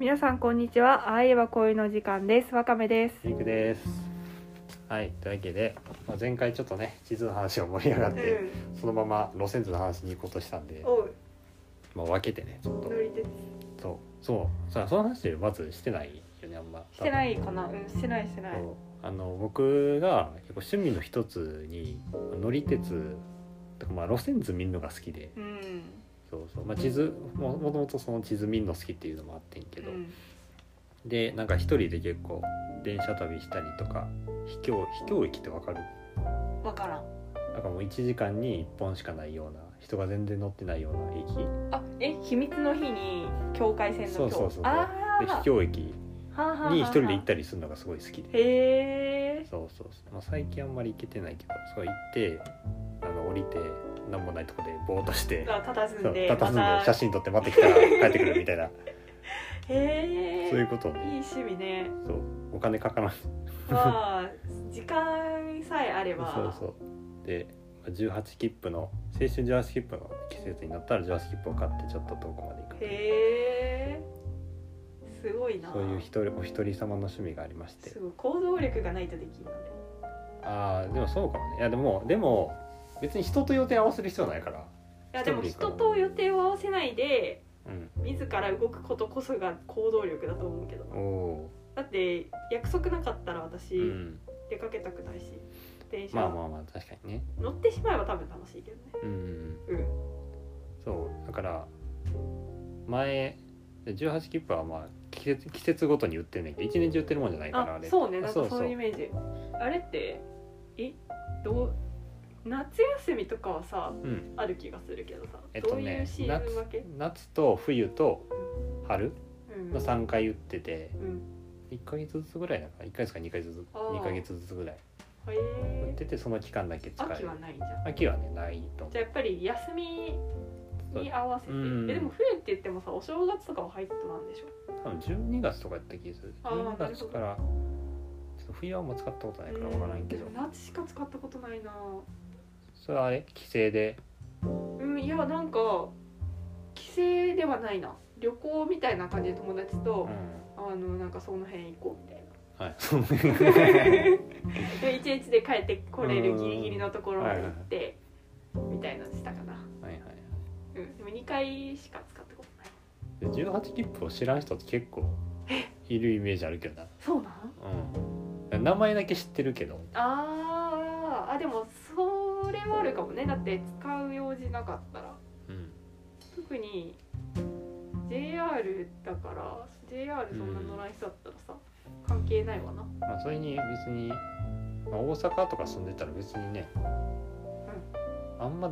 皆さんこんにちは。ああいえば恋の時間です。わかめです。リンクです。はい、というわけで、まあ、前回ちょっとね地図の話を盛り上がって、そのまま路線図の話に行こうとしたんで、おうまあ、分けてねちょっと乗り鉄そうそうそうその話でまずしてないよねあんましてないかかななう。んしてないしてな多分いそうあの僕が結構趣味の一つに乗り鉄とか、まあ、路線図見るのが好きでうんそうそう、まあ、地図ももともとその地図見るの好きっていうのもあってんけど、うんでなんか一人で結構電車旅したりとか秘境秘境駅ってわかるわからんなんかもう1時間に1本しかないような人が全然乗ってないような駅あえ秘密の日に境界線のそう今そうそうあで秘あ境駅にに一人で行ったたりするのがすごい好きでへえそうそうそう、まあ、最近あんまり行けてないけどそう行ってあの降りて何もないとこでぼーっとしてたたずそんうで佇んまでた写真撮って待ってき たら帰ってくるみたいなへえそういうことをいいね趣味ねそうお金 かからんまあ時間さえあればそうそうでまあ18切符の青春18切符の季節になったら18切符を買ってちょっと遠くまで行くといへうえすごいなそういう一人お一人様の趣味がありましてすごい行動力がないとできんのねああでもそうかもねいやでもでも別に人と予定合わせる必要ないからいやでも一人で行人くのと予定を合わせないでうん自ら動くことこそが行動力だと思うけどおおだって約束なかったらー、私、うん、出かけたくないし電車、まあまあまあ確かにね乗ってしまえば多分楽しいけどねうんうんうんうんそうだから前で18切符はまあ季節季節ごとに売ってんねんけど一年中売ってるもんじゃないからああれそうねあなんかそうそういうイメージあれってえどう夏休みとかはさうんある気がするけどさ、えっどとういうねシーズン夏分け、夏と冬と春うんの3回売っててうん1か月ずつぐらいだから1回ですか2回ずつあー2か月ずつぐらい へ売っえててその期間だけ使える秋はないんじゃん秋はねないと思うじゃあやっぱり休みに合わせて、うんえでも冬って言ってもさお正月とかも入ってたんでしょ多分12月とかやった気がするあー12月からちょっと冬はもう使ったことないからわからんけどうんでも夏しか使ったことないなそれはあれ帰省でうんいやなんか帰省ではないな旅行みたいな感じで友達うとん、あのなんかその辺行こうみたいな はいそうね で一日で帰ってこれるギリギリのところまで行ってみたいなのしたかなはいはいうんでも2回しか使ったことないで18切符を知らん人って結構いるイメージあるけどな、そうなんうん、名前だけ知ってるけどあーあでもそれはあるかもねだって使う用事なかったらうん特に JR だから JR そんな乗らん人だったらさ、関係ないわなまあそれに別に、まあ、大阪とか住んでたら別にね、あんま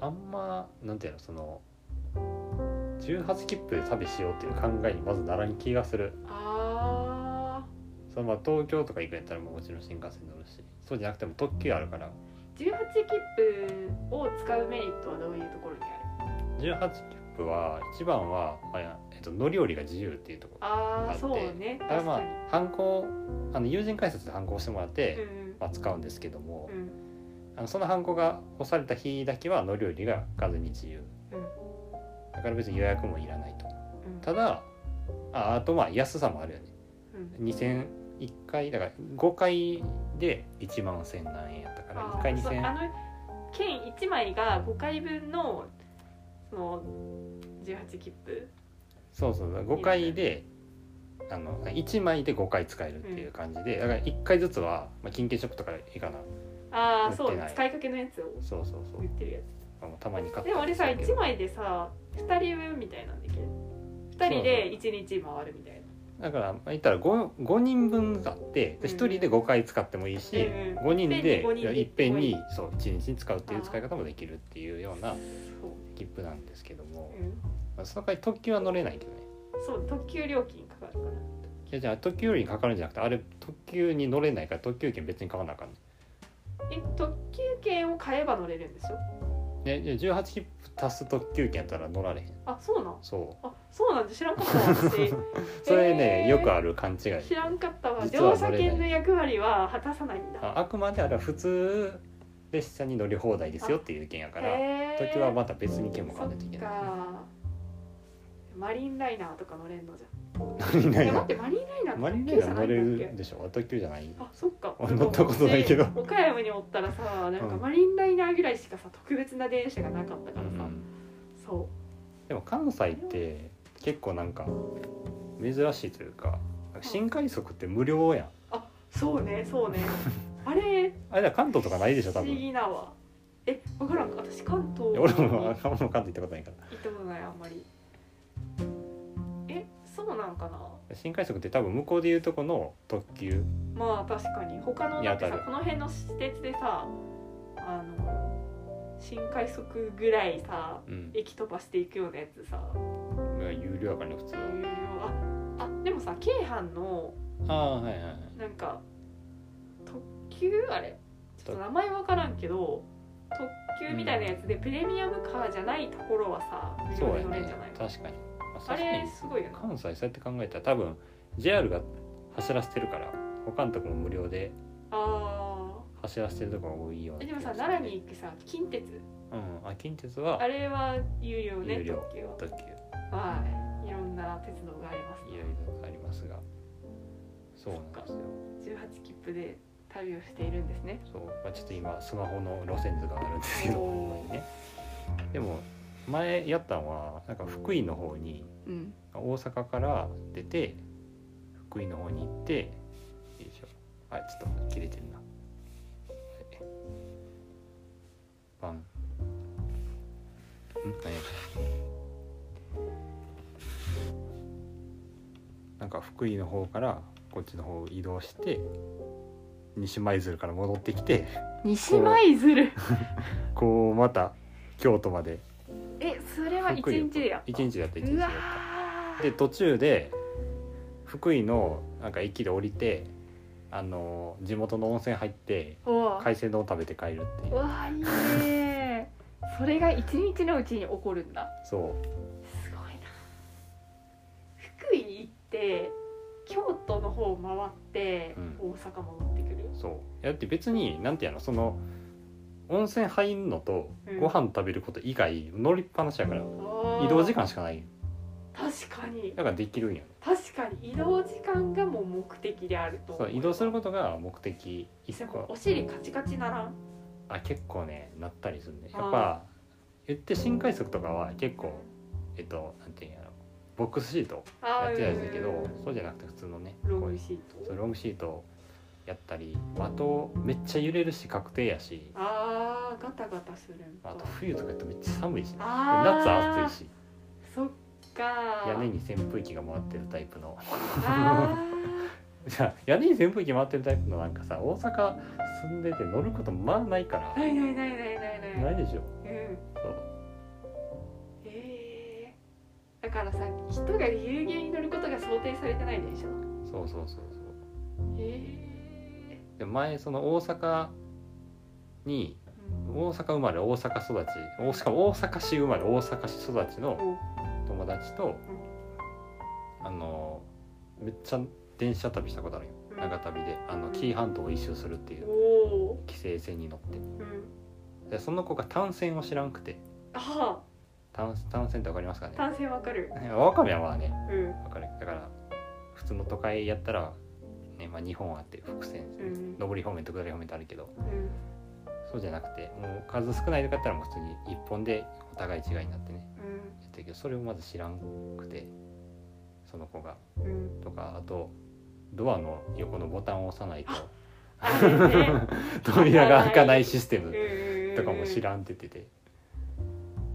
あんまなんていうのその18切符で旅しようっていう考えにまずならん気がするあそのまあ東京とか行くんやったらもうもちろん新幹線乗るしそうじゃなくても特急あるからー18切符を使うメリットはどういうところにある18切符は一番は、まあやえっと、乗り降りが自由っていうところああっあてそうねだから確まかあに、反抗あの友人改札で反抗してもらって、うんまあ、使うんですけども、うんあのそのハンコが押された日だけは乗り降りが風に自由、うんだから別に予約もいらないとうんただああとまあ安さもあるよねうん2001回だから5回で1万1000何円やったからあ1ー回そうあ2000の券1枚が5回分のその18切符そうそうそう5回であの1枚で5回使えるっていう感じでだから1回ずつは、まあ、金券ショップとかいいかなああそ売っうてない使いかけのやつをそうそうそう売ってるやつあのたまに買ってでもあれさ1枚でさ2人分みたいなんだけど2人で1日回るみたいなだからまあ言ったら 5, 5人分あってで1人で5回使ってもいいし、うん5人で五人でいっぺんにそう1日に使うっていう使い方もできるっていうようなそう,、切符なんですけども、うん、まあ、その代わり特急は乗れないけどねそう特急料金かかるからいやじゃあ特急よりかかるんじゃなくてあれ特急に乗れないから特急券別に買わなあかんえ特急券を買えば乗れるんでしょねねじゃあ18切符足す特急券やったら乗られへんあそうなんそうあそうなんだ知らんかったわ 私それね、へーよくある勘違い知らんかったわ実は乗乗車れない券の役割は果たさないんだああくまであれは普通列車に乗り放題ですよっていう券やからへー時はまた別に券も買わないといけないそっかマリンライナーとか乗れんのじゃん何え待っ々てマリーナイナマリーーってナイ特急じナゃ乗ないんれだっるけでしょあ特急じゃないあそっか俺乗ったことないけどで岡山におったらさなんかうんマリーナイナーぐらいしかさ特別な電車がなかったからさ、そでも関西って結構なんか珍しいというか新快速って無料やんうそうねそう ねあれあれだ関東とかないでしょ多不思分議なわえ分からん私関東に俺も行あっ関東行ったことないかたことないあんまりえそうなんかなら新快速って多分向こうでいうとこの特急まあ確かに他のにだ当ってたるさこの辺の私鉄でさあの新快速ぐらいさうん駅飛ばしていくようなやつさが有料やからね普通有料ああでもさ京阪のはああーはいはいはいなんか特急あれちょっと名前分からんけど特急みたいなやつでプレミアムカーじゃないところはさ無そう料でや乗れんねじゃないの確かにまあ確かれにすごいよね関西そうやって考えたら多分 JR が走らせてるから他のとこも無料であ走らせてるとこが多いようーなえ気でがもすさる奈良に行くさ近鉄うんあ近鉄はあれは有料ね有料特急は特急はいいろんな鉄道がありますいろいろありますがそうなんですよ18切符で旅をしているんですねそう、まあ、ちょっと今スマホの路線図があるんですけどおーほんまにねでも前やったのはなんか福井の方にうん大阪から出て福井の方に行ってよいしょあちょっと切れてるなはいバンん何やなんか福井の方からこっちの方移動して西舞鶴から戻ってきて西舞鶴こうまた京都までえそれは一日でやった一日でやった一日うでやわったーで途中で福井のなんか駅で降りてあの地元の温泉入っておう海鮮丼を食べて帰るっていううわあいいねそれが一日のうちに起こるんだそすごいな福井に行って京都の方回ってうん大阪戻ってくる、うそうだって別になんていうのその温泉入んのとうんご飯食べること以外乗りっぱなしやからあー移動時間しかない確かにだからできるんよ確かに移動時間がもう目的であるとそう移動するこことが目的一個お尻カチカチならんあ結構ねなったりするねやっあぱ言って新快速とかは結構えっとなんていうんやろボックスシートあやーってたんだけうどんそうじゃなくて普通のねロこうンいグうシーそうトロングシートやったりあとめっちゃ揺れるし確定やしあーガタガタするんかあと冬とかやったらめっちゃ寒いし、ね、あー夏暑いしそっか屋根に扇風機が回ってるタイプの あじゃあ屋根に扇風機回ってるタイプのなんかさ大阪住んでて乗ることまあないからーないないないないないないないでしょうんそうえー、だからさ人がぎゅうぎゅうに乗ることが想定されてないでしょそうそうそうそうえで前その大阪にーうん大阪生まれ大阪育ち大しかも大阪市生まれ大阪市育ちのお友達と、あのめっちゃ電車旅したことあるようん長旅であの紀伊半島を一周するっていうおー規制線に乗ってうんでその子が単線を知らんくてあ単単線ってわかりますかねあ単線わかるわかめはまあねうんわかるだから普通の都会やったら、ねまあ、2本あって伏線うん上り方面と下り方面ってあるけどうんそうじゃなくてもう数少ないとかやったらもう普通に1本でお互い違いになってねやってるけどそれをまず知らんくてその子がうんうんとかあとドアの横のボタンを押さないとあれね扉が開かないシステムうん とかも知らんって言ってて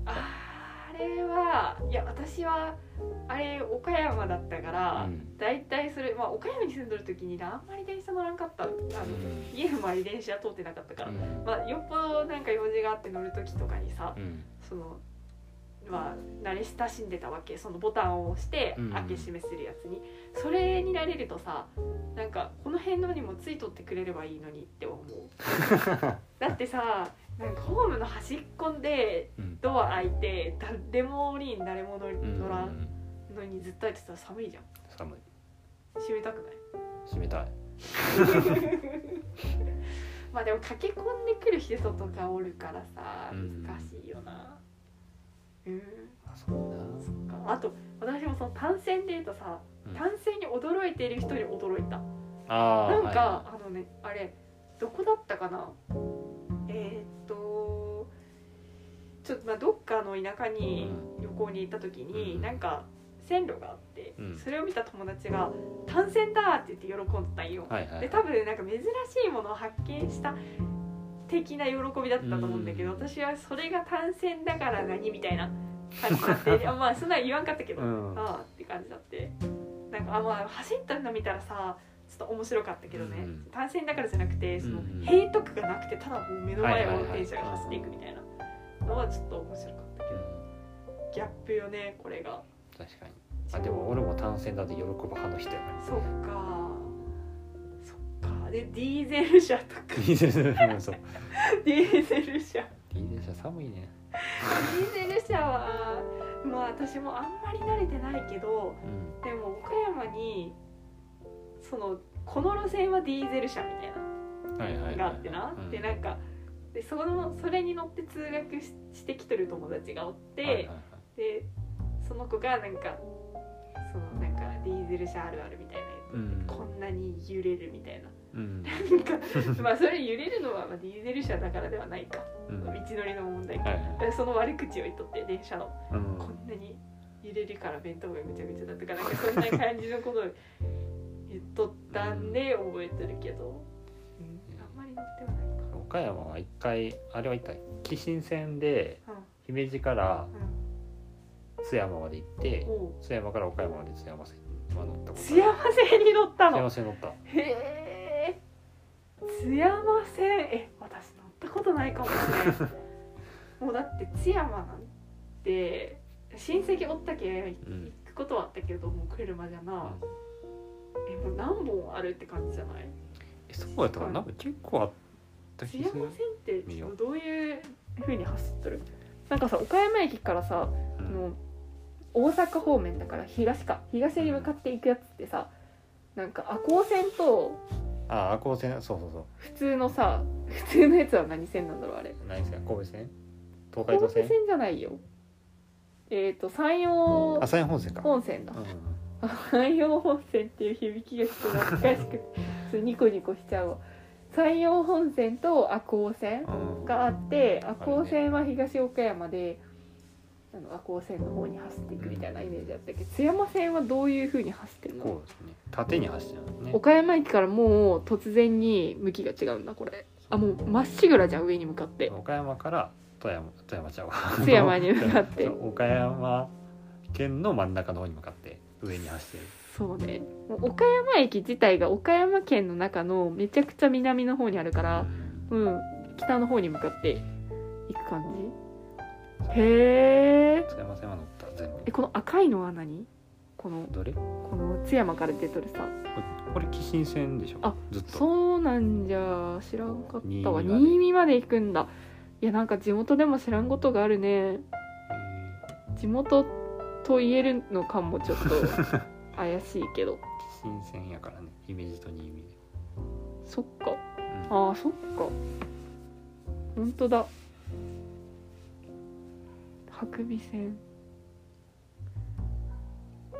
あれはいや私はあれ岡山だったかうら、んだいたいそれ、まあ、岡山に住んどる時にねあんまり電車乗らんかったあの、ん家の周り電車通ってなかったから、うんまあ、よっぽどなんか用事があって乗る時とかにさ、うんそのまあ慣れ親しんでたわけそのボタンを押してうんうん開け閉めするやつに、それに慣れるとさなんかこの辺のにもついとってくれればいいのにって 思うだってさなんかホームの端っこでうんドア開いて誰も降りん誰も乗りうん乗らんのにずっと開いてたら寒いじゃん寒い閉めたくない閉めたいまあでも駆け込んでくる人とかおるからさうん難しいよなうんあそうだなあと私もその単線で言うとさうん淡水に驚いている人に驚いたあなーんか、はあのねあれどこだったかなえーっとちょっとまあどっかの田舎に旅行に行った時に、うんなんか線路があって、うんそれを見た友達が「単線だ!」って言って喜んだんよ。いはいはいはいで多分なんか珍しいものを発見した的な喜びだったと思うんだけど、うん私はそれが単線だから何みたいな感じになって いやまあそんなん言わんかったけど、うんああって感じだってなんかあまあ走ったの見たらさちょっと面白かったけどね、うん単線だからじゃなくてそのうん閉徳がなくてただもう目の前はいをはいはい電車が走っていくみたいなのはちょっと面白かったけうど、んギャップよねこれが確かにあでも俺も単線だって喜ぶ派の人やからそっかそっかでディーゼル車とかディーゼルうん そうディーゼル車ディーゼル車寒いねディーゼル車はまあ私もあんまり慣れてないけどうんでも岡山にそのこの路線はディーゼル車みたいなはいはいはいがあってな、うんでなんかでそのそれに乗って通学ししてきてる友達がおって、はいはいはいでその子がなんかそのなんかディーゼル車あるあるみたいなやつ、うんこんなに揺れるみたいなうんなん かまあそれ揺れるのはまあディーゼル車だからではないかうん道はいのりの問題か、はいでその悪口を言っとって電車の、うんこんなに揺れるから弁当がぐちゃぐちゃだとかなんかそんな感じのことを言っとったんで覚えてるけど、うんあんまり乗ってはないか。岡山は一回あれは一回紀新線でうん姫路からうん津山まで行っておう津山から岡山まで津山線は乗ったことある津山線に乗った津の山線乗ったへえ津山線え私乗ったことないか もしれないもうだって津山なんて親戚おったけうん行くことはあったけどもう車じゃな、うんえもう何本あるって感じじゃないえそうやったかななんか結構あった津気山がす線るって見ようどういう風に走ってるなんかさ岡山駅からさ、あうんの大阪方面だから東か東に向かっていくやつってさなんか赤穂線とああ赤穂線そうそうそ普通のさ普通のやつは何線なんだろうあれう何ですか神戸線東海神道戸線線じゃないよえっ、と山陽あ山陽本線か本線だうん山陽本線っていう響きがちょっと懐かしくてちょっとニコニコしちゃうわ山陽本線と赤穂線うんがあって赤穂線は東岡山であの赤穂線の方に走っていくみたいなイメージだったけど津山線はどういう風に走ってるのこうですね縦に走ってるんですね岡山駅からもう突然に向きが違うんだこれあもうまっしぐらじゃん上に向かって岡山から富山富山ちゃうわ津山に向かって そう岡山県の真ん中の方に向かって上に走ってるそうねもう岡山駅自体が岡山県の中のめちゃくちゃ南の方にあるからうんうん北の方に向かっていく感じへー津山線は乗った全え部この赤いのは何このどれここの津山から出とるされ紀新線でしょあずっとそうなんじゃ知らんかったわ新見まで新見まで行くんだいやなんか地元でも知らんことがあるねえ地元と言えるのかもちょっと怪しいけどー紀新線やからね姫路と新見でそっかうんあーそっか本当だ白尾線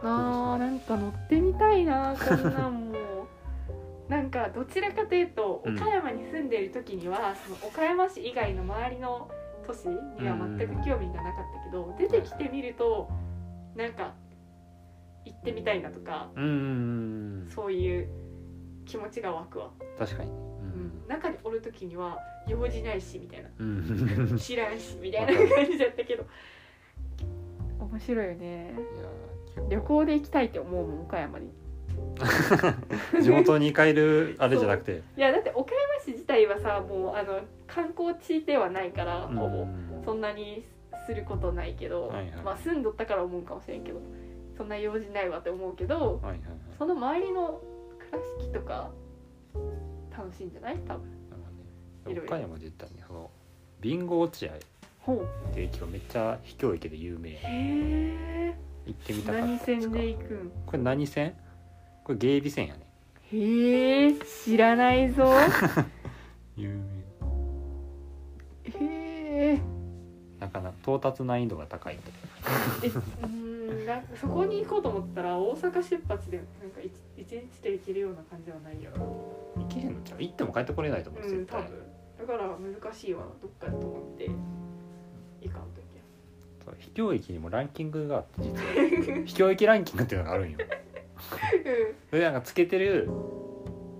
あーなんか乗ってみたいなこん なんもなんかどちらかというとうん岡山に住んでいる時には、その岡山市以外の周りの都市には全く興味がなかったけど、出てきてみるとなんか行ってみたいなとかうんうんうんそういう気持ちが湧くわ、確かにね中におる時には用事ないしみたいなうんうん い知らんしみたいな感じだったけど面白いよねやー旅結構行で行きたいって思うもん岡山に地元に帰るあれじゃなくていやだって岡山市自体はさもうあの観光地ではないからうんほぼ。そんなにすることないけど、はいはいまあ住んどったから思うかもしれんけどそんな用事ないわって思うけどはいはいはいその周りの倉敷とか楽しいんじゃない多分なんかねいろいろ岡山で言ったらねそのビンゴ落合ほうっていう駅はめっちゃ秘境駅で有名へえ行ってみたかった何線でこ行くんれ何線これ芸備線やねへえ知らない ぞ有名へえなかなか到達難易度が高いとえうーんなそこに行こうと思ったら大阪出発でなんか一一日で行けるような感じはないよ行けへんのちゃう行っても帰ってこれないと思ううん絶多対分だから難しいわどっかでと思って行かんといけないそう秘境駅にもランキングがあって実 は秘境駅ランキングっていうのがあるんようんそれなんかつけてる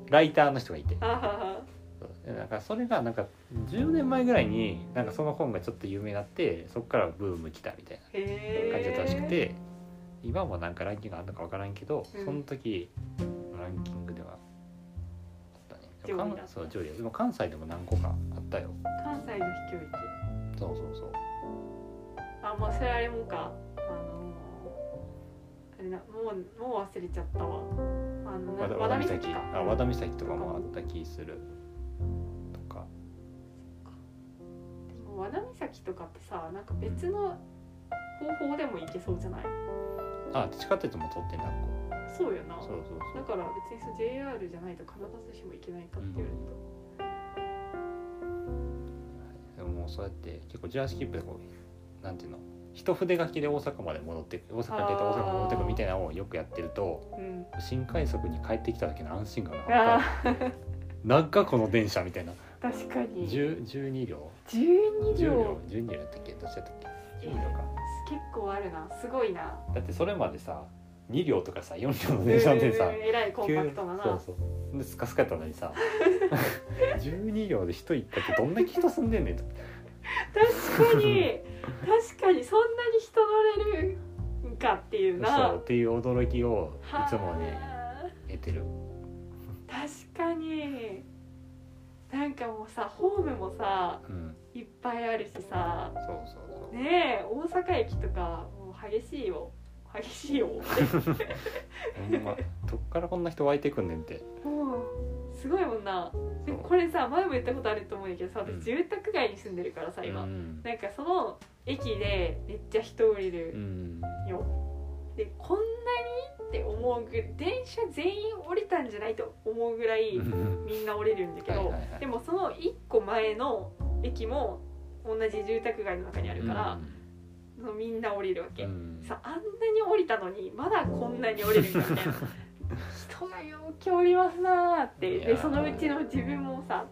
ライターの人がいてあははそうでなんかそれがなんか10年前ぐらいになんかその本がちょっと有名になってそこからブーム来たみたいなへえ感じだったらしくて今もなんかランキングあるのか分からんけど、うんその時のランキングではあったねで上も位だ関ったそう上位でも関西でも何個かあったよ関西の秘境駅そうそうそうあまあそれあれもかあのー、あれなもうもう忘れちゃったわあのな和田和和田田岬岬かあ和田岬とかもあった気するとかでも和田岬とかってさなんか別の方法でも行けそうじゃないあ地下鉄も通ってんだこそうよなうそうそうそだうから別にそう JR じゃないと必ずしも行けないかって言われると、でももうそうやって結構ジュラシック・キップでこうなんていうの一筆書きで大阪まで戻ってく大阪出た大阪戻ってくみたいなのをよくやってるとうん、新快速に帰ってきた時の安心感があ半端ないなんかこの電車みたいなー確かに12 10 12両10両両12両やったっけどっちやったっけ12両か結構あるなすごいなだってそれまでさ2両とかさ4両の電車でさうんえらいコンパクトだなそうそうでスカスカやったのにさ 12両で人行ったってどんだけ人住んでんねんと確かに確かにそんなに人乗れるんかっていうなそうっていう驚きをいつもねはあ得てる確かになんかもうさホームもさうんいっぱいあるしさそうそうそうねえ大阪駅とかもう激しいよ激しいよほんまどっからこんな人湧いてくんねんってもうすごいもんなでそうこれさ前も言ったことあると思うんやけどさうん私住宅街に住んでるからさ今、うんなんかその駅でめっちゃ人降りうるんよ、でこんなにって思うぐ電車全員降りたんじゃないと思うぐらい、うんみんな降りるんだけど、はいはいはいでもその1個前の駅も同じ住宅街の中にあるから、そのみんな降りるわけ、うんさあんなに降りたのにまだこんなに降りるんだみ たいな人がようけ降りますなーっていやでーそのうちの自分もさ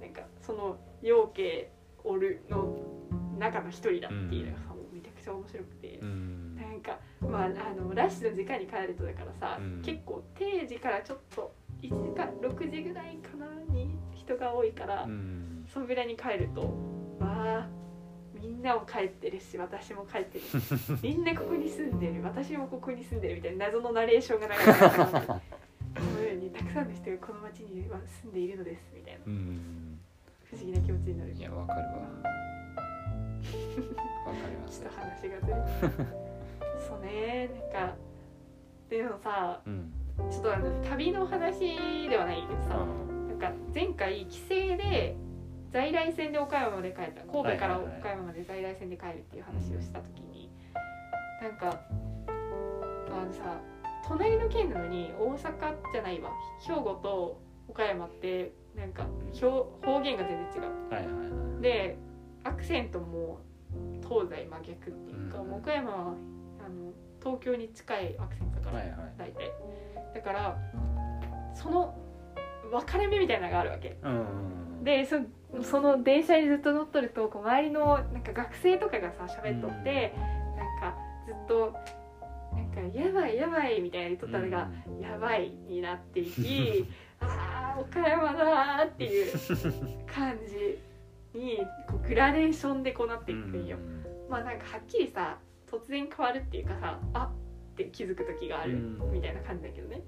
なんかその陽気おるの中の一人だっていうのがさ、もうめちゃくちゃ面白くて。うんなんかまああのラッシュの時間に帰るとだからさ、うん結構定時からちょっと1時間6時ぐらいかなに人が多いから、うんそんぐらいに帰るとわあみんなも帰ってるし私も帰ってる しみんなここに住んでる私もここに住んでるみたいな謎のナレーションが流れてるこのようにたくさんの人がこの町には住んでいるのですみたいなうん不思議な気持ちになるいちょやわか るわわかりますっと話がずれたそうねなんかでもさうんちょっとあの旅の話ではないけどさ、うなんか前回帰省で在来線で岡山まで帰った神戸からはいはいはい岡山まで在来線で帰るっていう話をした時に、なんかあのさ隣の県なのに大阪じゃないわ兵庫と岡山ってなんか表方言が全然違うんはいはいはいでアクセントも東西真逆っていうか、うんもう岡山はあの東京に近いアクセントだから、はいはい大体だからその分かれ目みたいなのがあるわけうんでそその電車にずっと乗っとるとこう周りのなんか学生とかがさ喋っとって、なんかずっと「なんかやばいやばい」みたいな言っとったのがう「んやばい」になっていき 「ああ岡山だ」っていう感じにこうグラデーションでこうなっていくんよ。まあなんかはっきりさ突然変わるっていうかさあって気づく時があるうんみたいな感じだけどね、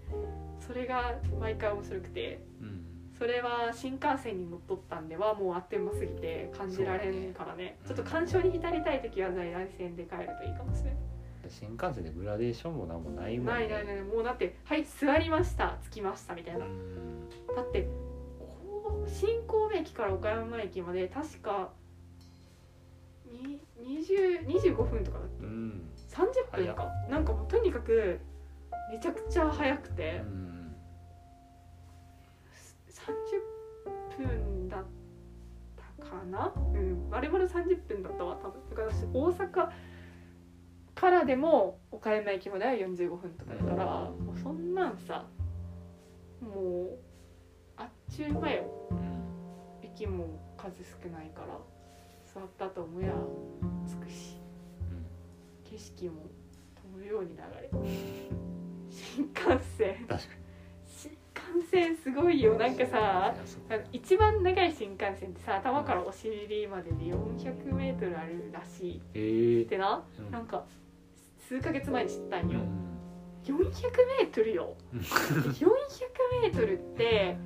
それが毎回面白くてうんそれは新幹線に乗っとったんではもうあっという間すぎて感じられんからねちそょうっだねと干渉に浸りたい時は在来線で帰るといいかもしれ新幹線でグラデーションもなんもないもんない、ねないないないもうだって「はい座りました着きました」みたいなうんだってこう新神戸駅から岡山駅まで確かに20 25分とかだっけうん30分かなんかもうとにかくめちゃくちゃ早くうてん30分だったかなうんまるまる30分だったわ多分だから私大阪からでも岡山駅までは45分とかだから、うんもうそんなんさもうあっちゅう間ようん駅も数少ないから座ったと思や着くし景色も飛ぶように流れ新幹線確か新幹線すごいよになんかさいやそうあの一番長い新幹線ってさ頭からお尻までで 400m あるらしいえーってなうんなんか数ヶ月前に知ったんよ、うん400 m ようん 400m って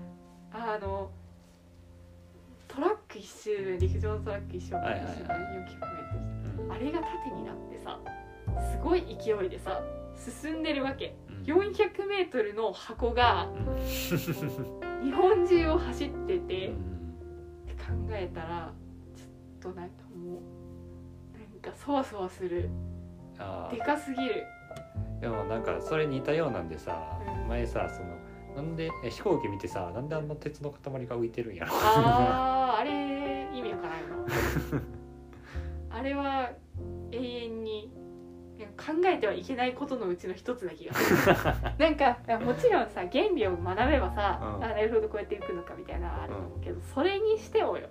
あのトラック一周分陸上のトラック一周分はいはいはい400 m あれが縦になってさすごい勢いでさ進んでるわけうんうん 400m の箱がうん日本中を走っててうってん考えたらちょっとなんかもうなんかそわそわするあでかすぎ るーでもなんかそれ似たようなんでさうん前さそのなんでえ飛行機見てさなんであんな鉄の塊が浮いてるんやろあーあれ意味わからんよなあれは永遠にいや考えてはいけないことのうちの一つな気がする なんかいやもちろんさ原理を学べばさ、うんあなるほどこうやっていくのかみたいなのあると思うけど、それにしてもよ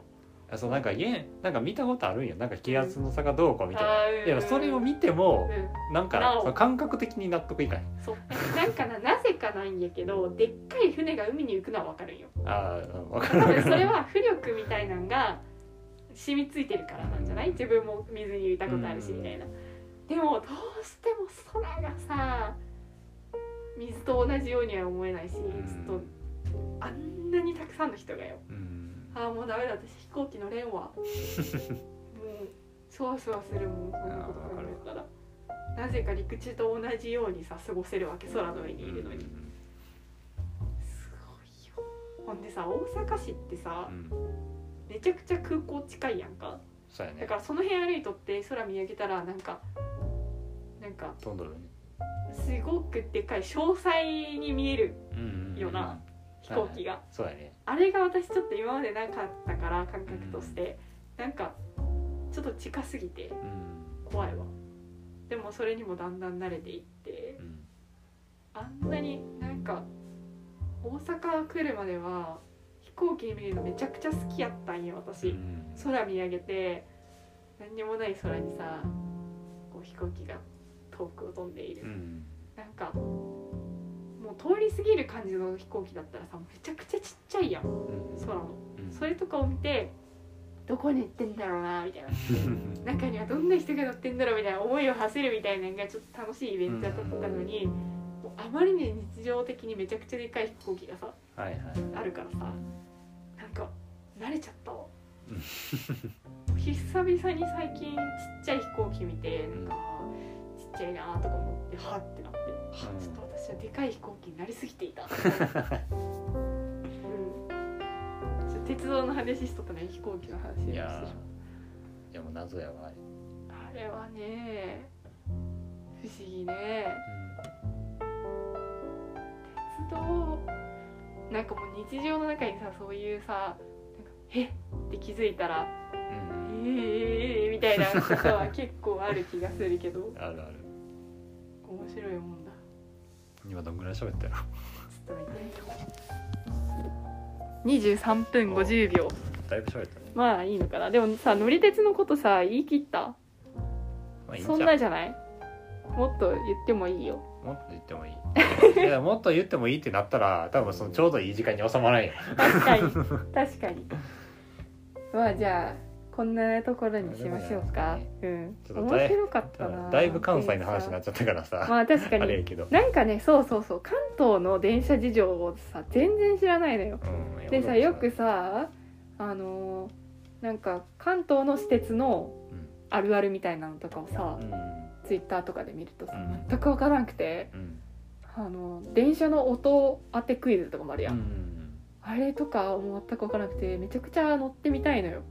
あそうなんか家なんか見たことあるんやなんか気圧の差がどうこうみたいあな、ーうんでもそれを見てもうんなんかなおその感覚的に納得いかないそうなんかななぜかなんやけどでっかい船が海に浮くのはわかるんよああ分か多る分か分るそれは浮力みたいなんが染みついてるからなんじゃない自分も水に浮いたことあるしうんみたいな、でもどうしても空がさ水と同じようには思えないし、ちょっとあんなにたくさんの人がようんああもうダメだ私飛行機乗れん わもうそわそわするもんそんなこと考えたらなぜか陸地と同じようにさ過ごせるわけ空の上にいるのに、すごいよほんでさ大阪市ってさ、うんめちゃくちゃ空港近いやんかそうやだねからその辺歩いとって空見上げたらなんかなんか飛んどるねすごくでかい詳細に見えるうんいいよな飛行機がそうやねあれが私ちょっと今までなかったから感覚としてなんかちょっと近すぎてうん怖いわでもそれにもだんだん慣れていってうんあんなになんか大阪来るまでは飛行機見るのめちゃくちゃ好きやったんよ私。うん空見上げて何にもない空にさこう飛行機が遠くを飛んでいる、うんなんかもう通り過ぎる感じの飛行機だったらさめちゃくちゃちっちゃいやんうん空のうんそれとかを見てどこに行ってんだろうなみたいな中にはどんな人が乗ってんだろうみたいな思いを馳せるみたいなのがちょっと楽しいイベントだったのに、もうあまりに日常的にめちゃくちゃでかい飛行機がさはいはいあるからさなんか慣れちゃったわ うん久々に最近ちっちゃい飛行機見てなんかちっちゃいなとか思ってはってなってはちょっと私はでかい飛行機になりすぎていた、うんちょっと鉄道の話しとったね飛行機の話をしているやーいやもう謎やわあれあれはね不思議ね鉄道なんかもう日常の中にさそういうさなんかえっって気づいたらうんうんえーみたいなことは結構ある気がするけどあるある面白いもんだ今どんぐらい喋ったやろちょっと見て23分50秒だいぶ喋ったねまあいいのかなでもさ乗り鉄のことさ言い切ったまあいいんそんちゃなうじゃないもっと言ってもいいよもっと言ってもいいいやもっと言ってもいいってなったら多分そのちょうどいい時間に収まらんよ確か に確かにまあじゃあこんなところにしましょうか、うんちょっとだ面い白かったなだいぶ関西の話になっちゃったからさ、まあ確かあれやにけどなんかねそうそうそう関東の電車事情をさ全然知らないのようんでさよく、さあのーなんか関東の私鉄のうんあるあるみたいなのとかをさ、うんツイッターとかで見るとさ、うん全く分からなくてうんあの電車の音当てクイズとかもあるやん、うんあれとかも全く分からなくてめちゃくちゃ乗ってみたいのよ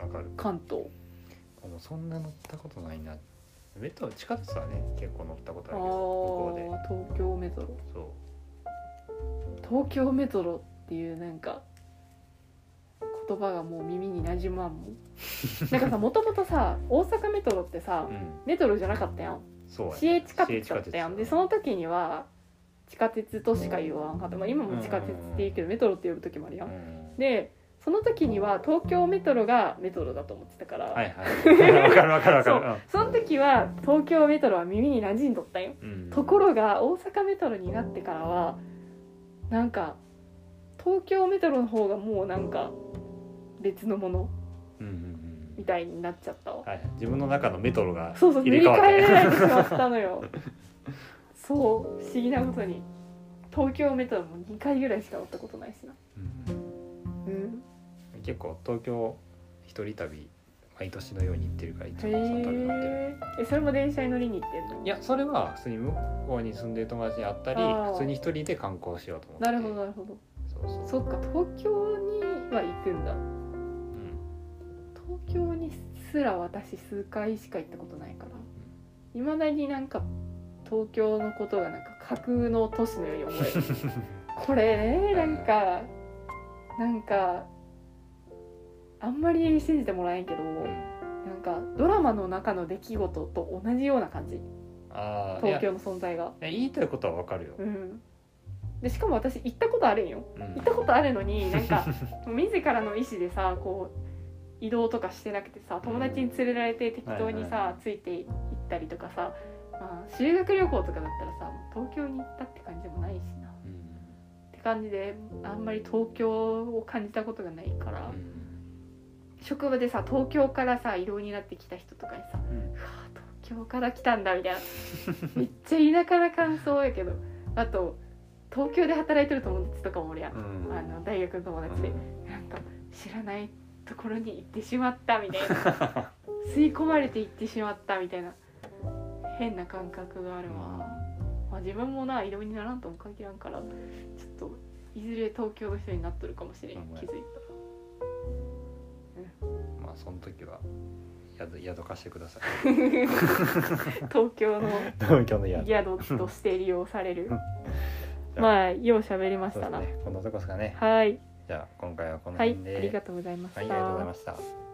わかる関東あもうそんな乗ったことないなメトロ地下鉄はね結構乗ったことああるけど向こうーで東京メトロそ東京メトロっていうなんか言葉がもう耳になじ まんもんなんかさもともとさ大阪メトロってさう、うんメトロじゃなかったやんそうやね市営地下鉄だったやんでそのの時には地下鉄としか言わんかった、まあ、今も地下鉄って言うけどメトロって呼ぶ時もあるやんでその時には東京メトロがメトロだと思ってたから、は いはいわかるわかるわそかうその時は東京メトロは耳に馴染んどったよるうんところが大阪メトロになってからはなんか東京メトロの方がもうなんか別のものうんうんうみんたいになっちゃったわはいはい自分の中のメトロがそうそう塗入りれ替わ替っえたられてしまったの よそう不思議なことに東京メトロも2回ぐらいしか乗ったことないしなうんうん結構東京一人旅毎年のように行ってるからいつへもその旅になってるええそれも電車に乗りに行ってんのいやそれは普通に向こうに住んでる友達に会ったりあー普通に一人で観光しようと思ってなるほどなるほどそうそう、そっか東京には行くんだうん、東京にすら私数回しか行ったことないからいまだになんか東京のことがなんか架空の都市のように思え るこれねなんかなんかあんまり信じてもらえんけど、うんなんかドラマの中の出来事と同じような感じああ東京の存在がいやいいということはわかるよ、うんでしかも私行ったことあるんようん行ったことあるの になんか自らの意思でさこう移動とかしてなくてさ友達に連れられて適当にはいさ、ついて行ったりとかさ、まあ、修学旅行とかだったらさ東京に行ったって感じでもないしなっうんて感じであんまり東京を感じたことがないから、うん職場でさ東京からさ移動になってきた人とかにさうんうわ東京から来たんだみたいなめっちゃ田舎な感想やけどあと東京で働いてる友達とかもおるやん、うんあの大学の友達で、なんか知らないところに行ってしまったみたいな 吸い込まれて行ってしまったみたいな変な感覚があるわ、まあ、自分もな移動にならんとも限らんからちょっといずれ東京の人になっとるかもしれんほんまや気づい まあその時は宿宿貸してくださいたら 東京の 東京の宿宿として利用され るじゃあまあよう喋りましそうでたなすねこんなとこですかねはいじゃあ今回はこのはい辺で、ありがとうございました、はいありがとうございました